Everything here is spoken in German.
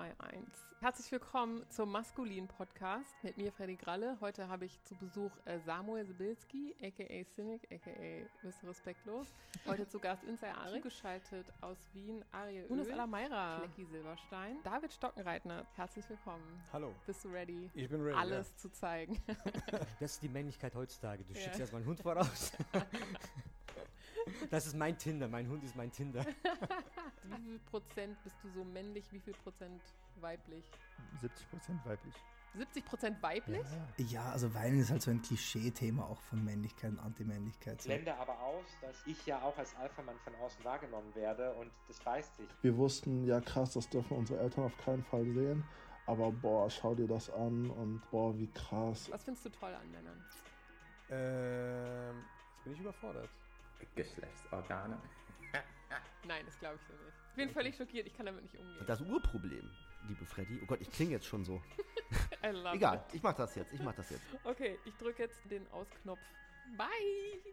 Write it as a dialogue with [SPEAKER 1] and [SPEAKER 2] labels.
[SPEAKER 1] 321. Herzlich willkommen zum Maskulin Podcast mit mir, Freddy Gralle. Heute habe ich zu Besuch äh, Samuel Sibilski, aka Cynic, aka Mr. Respektlos. Heute zu Gast Insa Arik, zugeschaltet aus Wien, Ariel
[SPEAKER 2] Unis
[SPEAKER 1] Öl,
[SPEAKER 2] Alameira.
[SPEAKER 1] Flecki Silberstein, David Stockenreitner. Herzlich willkommen.
[SPEAKER 3] Hallo.
[SPEAKER 1] Bist du ready?
[SPEAKER 3] Ich bin ready.
[SPEAKER 1] Alles zu zeigen.
[SPEAKER 4] Das ist die Männlichkeit heutzutage. Du
[SPEAKER 1] Ja.
[SPEAKER 4] schickst erstmal einen Hund voraus. Das ist mein Tinder. Mein Hund ist mein Tinder.
[SPEAKER 1] Wie viel Prozent bist du so männlich, wie viel Prozent weiblich?
[SPEAKER 5] 70% weiblich.
[SPEAKER 1] 70 Prozent weiblich?
[SPEAKER 5] Ja.
[SPEAKER 6] Ja, also Weinen ist halt so ein Klischee-Thema auch von Männlichkeit und Antimännlichkeit.
[SPEAKER 7] Ich blende aber aus, dass ich ja auch als Alpha-Mann von außen wahrgenommen werde und das beißt sich.
[SPEAKER 8] Wir wussten, ja krass, das dürfen unsere Eltern auf keinen Fall sehen. Aber boah, schau dir das an und boah, wie krass.
[SPEAKER 1] Was findest du toll an Männern?
[SPEAKER 3] Ähm, jetzt bin ich überfordert.
[SPEAKER 9] Geschlechtsorgane.
[SPEAKER 1] Nein, das glaube ich dir nicht. Ich bin völlig schockiert, ich kann damit nicht umgehen.
[SPEAKER 10] Das Urproblem, liebe Freddy. Oh Gott, ich klinge jetzt schon so.
[SPEAKER 1] I love
[SPEAKER 10] Egal, ich mach das jetzt, ich mach das jetzt.
[SPEAKER 1] it. Okay, ich drücke jetzt den Ausknopf. Bye!